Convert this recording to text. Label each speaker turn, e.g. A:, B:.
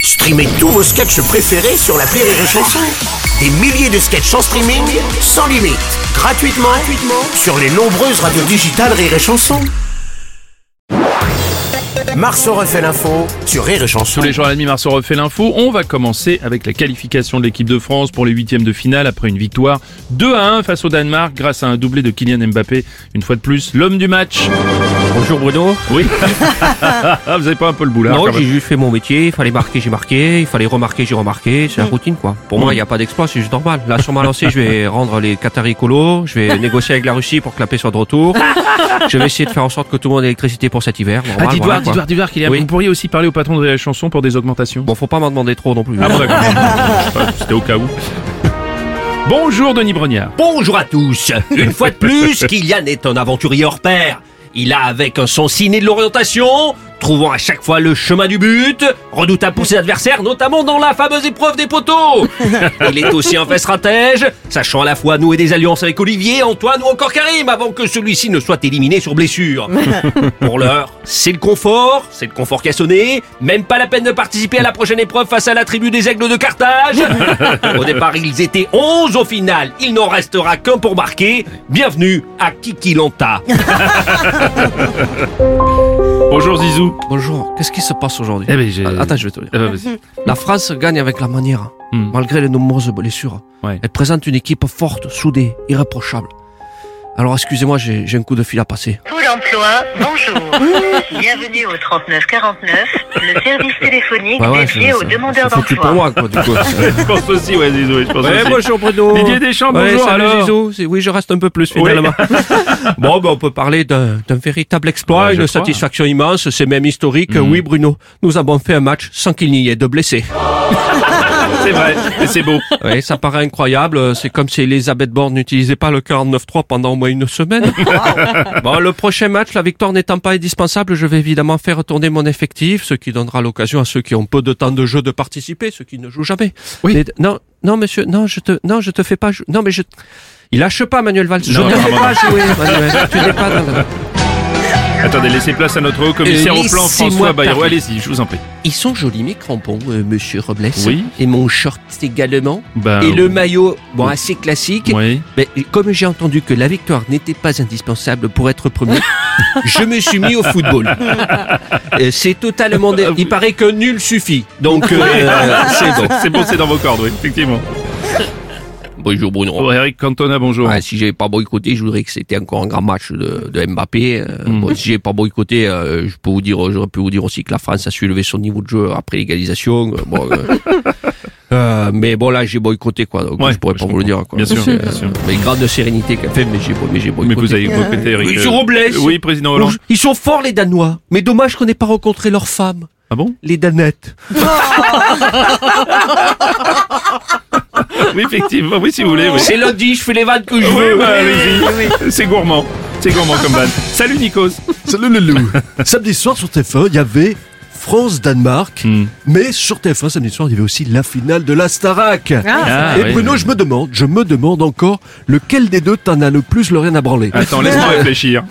A: Streamez tous vos sketchs préférés sur la Rire et Chanson. Des milliers de sketchs en streaming, sans limite, gratuitement, gratuitement sur les nombreuses radios digitales Rire et Chanson. Marceau refait l'info sur Rire et Chanson.
B: Tous les jours à la demi-mars, on refait l'info. On va commencer avec la qualification de l'équipe de France pour les huitièmes de finale après une victoire 2 à 1 face au Danemark grâce à un doublé de Kylian Mbappé. Une fois de plus, l'homme du match.
C: Bonjour Bruno.
B: Oui. Ah, Vous avez pas un peu le boulard
C: Non,
B: quand
C: j'ai
B: même.
C: juste fait mon métier, il fallait marquer, j'ai marqué, il fallait remarquer, j'ai remarqué, c'est la routine quoi. Pour
B: Mm.
C: moi, il n'y a pas d'exploit, c'est juste normal. Là, sur ma lancée, je vais rendre les Qataris écolos, je vais négocier avec la Russie pour que la paix soit de retour, je vais essayer de faire en sorte que tout le monde ait l'électricité pour cet hiver. Normal,
B: Ah, dites
C: voilà,
B: voir,
C: quoi.
B: dites voir, dites voir, Kylian.
C: Oui.
B: Vous pourriez aussi parler au patron de la chanson pour des augmentations.
C: Bon, faut pas m'en demander trop non plus.
B: Ah bon, d'accord. Ouais, C'était au cas où. Bonjour Denis Brognard.
D: Bonjour à tous. Une fois de plus, Kylian est un aventurier hors pair. Il a, avec son ciné de l'orientation, trouvant à chaque fois le chemin du but, redoute à pousser adversaires, notamment dans la fameuse épreuve des poteaux. Il est aussi un vrai stratège, sachant à la fois nouer des alliances avec Olivier, Antoine ou encore Karim, avant que celui-ci ne soit éliminé sur blessure. Pour l'heure, c'est le confort, c'est le confort cassonné, même pas la peine de participer à la prochaine épreuve face à la tribu des aigles de Carthage. Au départ, ils étaient 11 au final, il n'en restera qu'un pour marquer. Bienvenue à Kiki Lanta.
B: Bonjour Zizou.
C: Bonjour, qu'est-ce qui se passe aujourd'hui
B: Eh ben, j'ai-
C: Ah, Attends, je vais te le dire.
B: Ah, bah, vas-y.
C: La France gagne avec la manière,
B: Hmm.
C: malgré les nombreuses blessures.
B: Ouais.
C: Elle présente une équipe forte, soudée, irréprochable. Alors excusez-moi, j'ai j'ai un coup de fil à passer.
E: Pôle emploi, bonjour. Bienvenue au 3949, le service téléphonique
C: Bah
B: Bah
C: Ouais, ouais,
E: dédié
C: c'est-
E: aux
C: c'est-
E: demandeurs
C: c'est foutu
E: d'emploi.
C: pour moi, quoi, du coup.
B: Je pense aussi, ouais, Zizou, oui, je pense aussi.
C: bonjour Bruno.
B: Didier Deschamps,
C: Ouais,
B: bonjour,
C: salut,
B: alors.
C: Zizou. C'est- Oui, je reste un peu plus finalement. bon, ben, on peut parler d'un d'un véritable exploit,
B: Ouais, je
C: une
B: crois. Mhm.
C: satisfaction immense, c'est même historique. Oui, Bruno, nous avons fait un match sans qu'il n'y ait de blessés.
B: C'est vrai, et c'est beau.
C: oui, ça paraît incroyable. euh, C'est comme si Elisabeth Borne n'utilisait pas le 49-3 pendant au moins une semaine. bon, le prochain match, la victoire n'étant pas indispensable, je vais évidemment faire tourner mon effectif, ce qui donnera l'occasion à ceux qui ont peu de temps de jeu de participer, ceux qui ne jouent jamais.
B: Oui.
C: Mais d- non, non, monsieur, non, je te, non, je te fais pas, jou- non, mais je, il lâche pas Manuel Valls. je
B: Non,
C: ne
B: non,
C: fais
B: non,
C: pas jouer, Manuel. tu n'es pas dans la-
B: Attendez, laissez place à notre haut commissaire au plan
C: laissez-moi
B: François Bayrou.
C: parler.
B: Allez-y, je vous en prie.
C: Ils sont jolis mes crampons, euh, monsieur Robles.
B: Oui.
C: Et mon short également.
B: Bah,
C: Et le maillot, bon,
B: Oui.
C: assez classique.
B: Oui.
C: Mais comme j'ai entendu que la victoire n'était pas indispensable pour être premier, je me suis mis au football. Euh, c'est totalement. dé- Il paraît que nul suffit. Donc, euh, c'est bon.
B: C'est bon, c'est dans vos cordes, oui, effectivement.
C: Bonjour Bruno.
B: Oh, Eric Cantona, bonjour.
C: Ouais, si j'avais pas boycotté, je vous dirais que c'était encore un grand match de, de Mbappé. Euh, bon, si j'avais pas boycotté, euh, je peux vous dire, j'aurais pu vous dire aussi que la France a su élever son niveau de jeu après l'égalisation. Euh, bon, euh, euh, mais bon là, j'ai boycotté quoi. Donc,
B: Ouais,
C: je pourrais
B: je
C: pas vous le dire quoi.
B: Bien sûr,
C: Euh,
B: bien sûr.
C: Mais grande sérénité qu'a fait, mais j'ai mais j'ai boycotté.
B: Mais vous avez boycotté Eric.
C: Monsieur
B: euh,
C: Robles.
B: Oui, président Hollande.
C: Ils sont forts les Danois, mais dommage qu'on n'ait pas rencontré leurs femmes,
B: Ah bon
C: les Danettes.
B: Oui, effectivement. Oui, si vous voulez. Oui,
D: C'est lundi, je fais les vannes que je
B: oui
D: veux.
B: bah, allez-y. C'est gourmand. C'est gourmand comme van. Salut Nikos.
F: Salut le loup. samedi soir sur TF1, il y avait France-Danemark.
B: Hmm.
F: Mais sur TF1, samedi soir, il y avait aussi la finale de la Starac.
B: Ah,
F: Et
B: oui.
F: Bruno, je me demande, je me demande encore lequel des deux t'en a le plus le rien à branler.
B: Attends, laisse-moi réfléchir.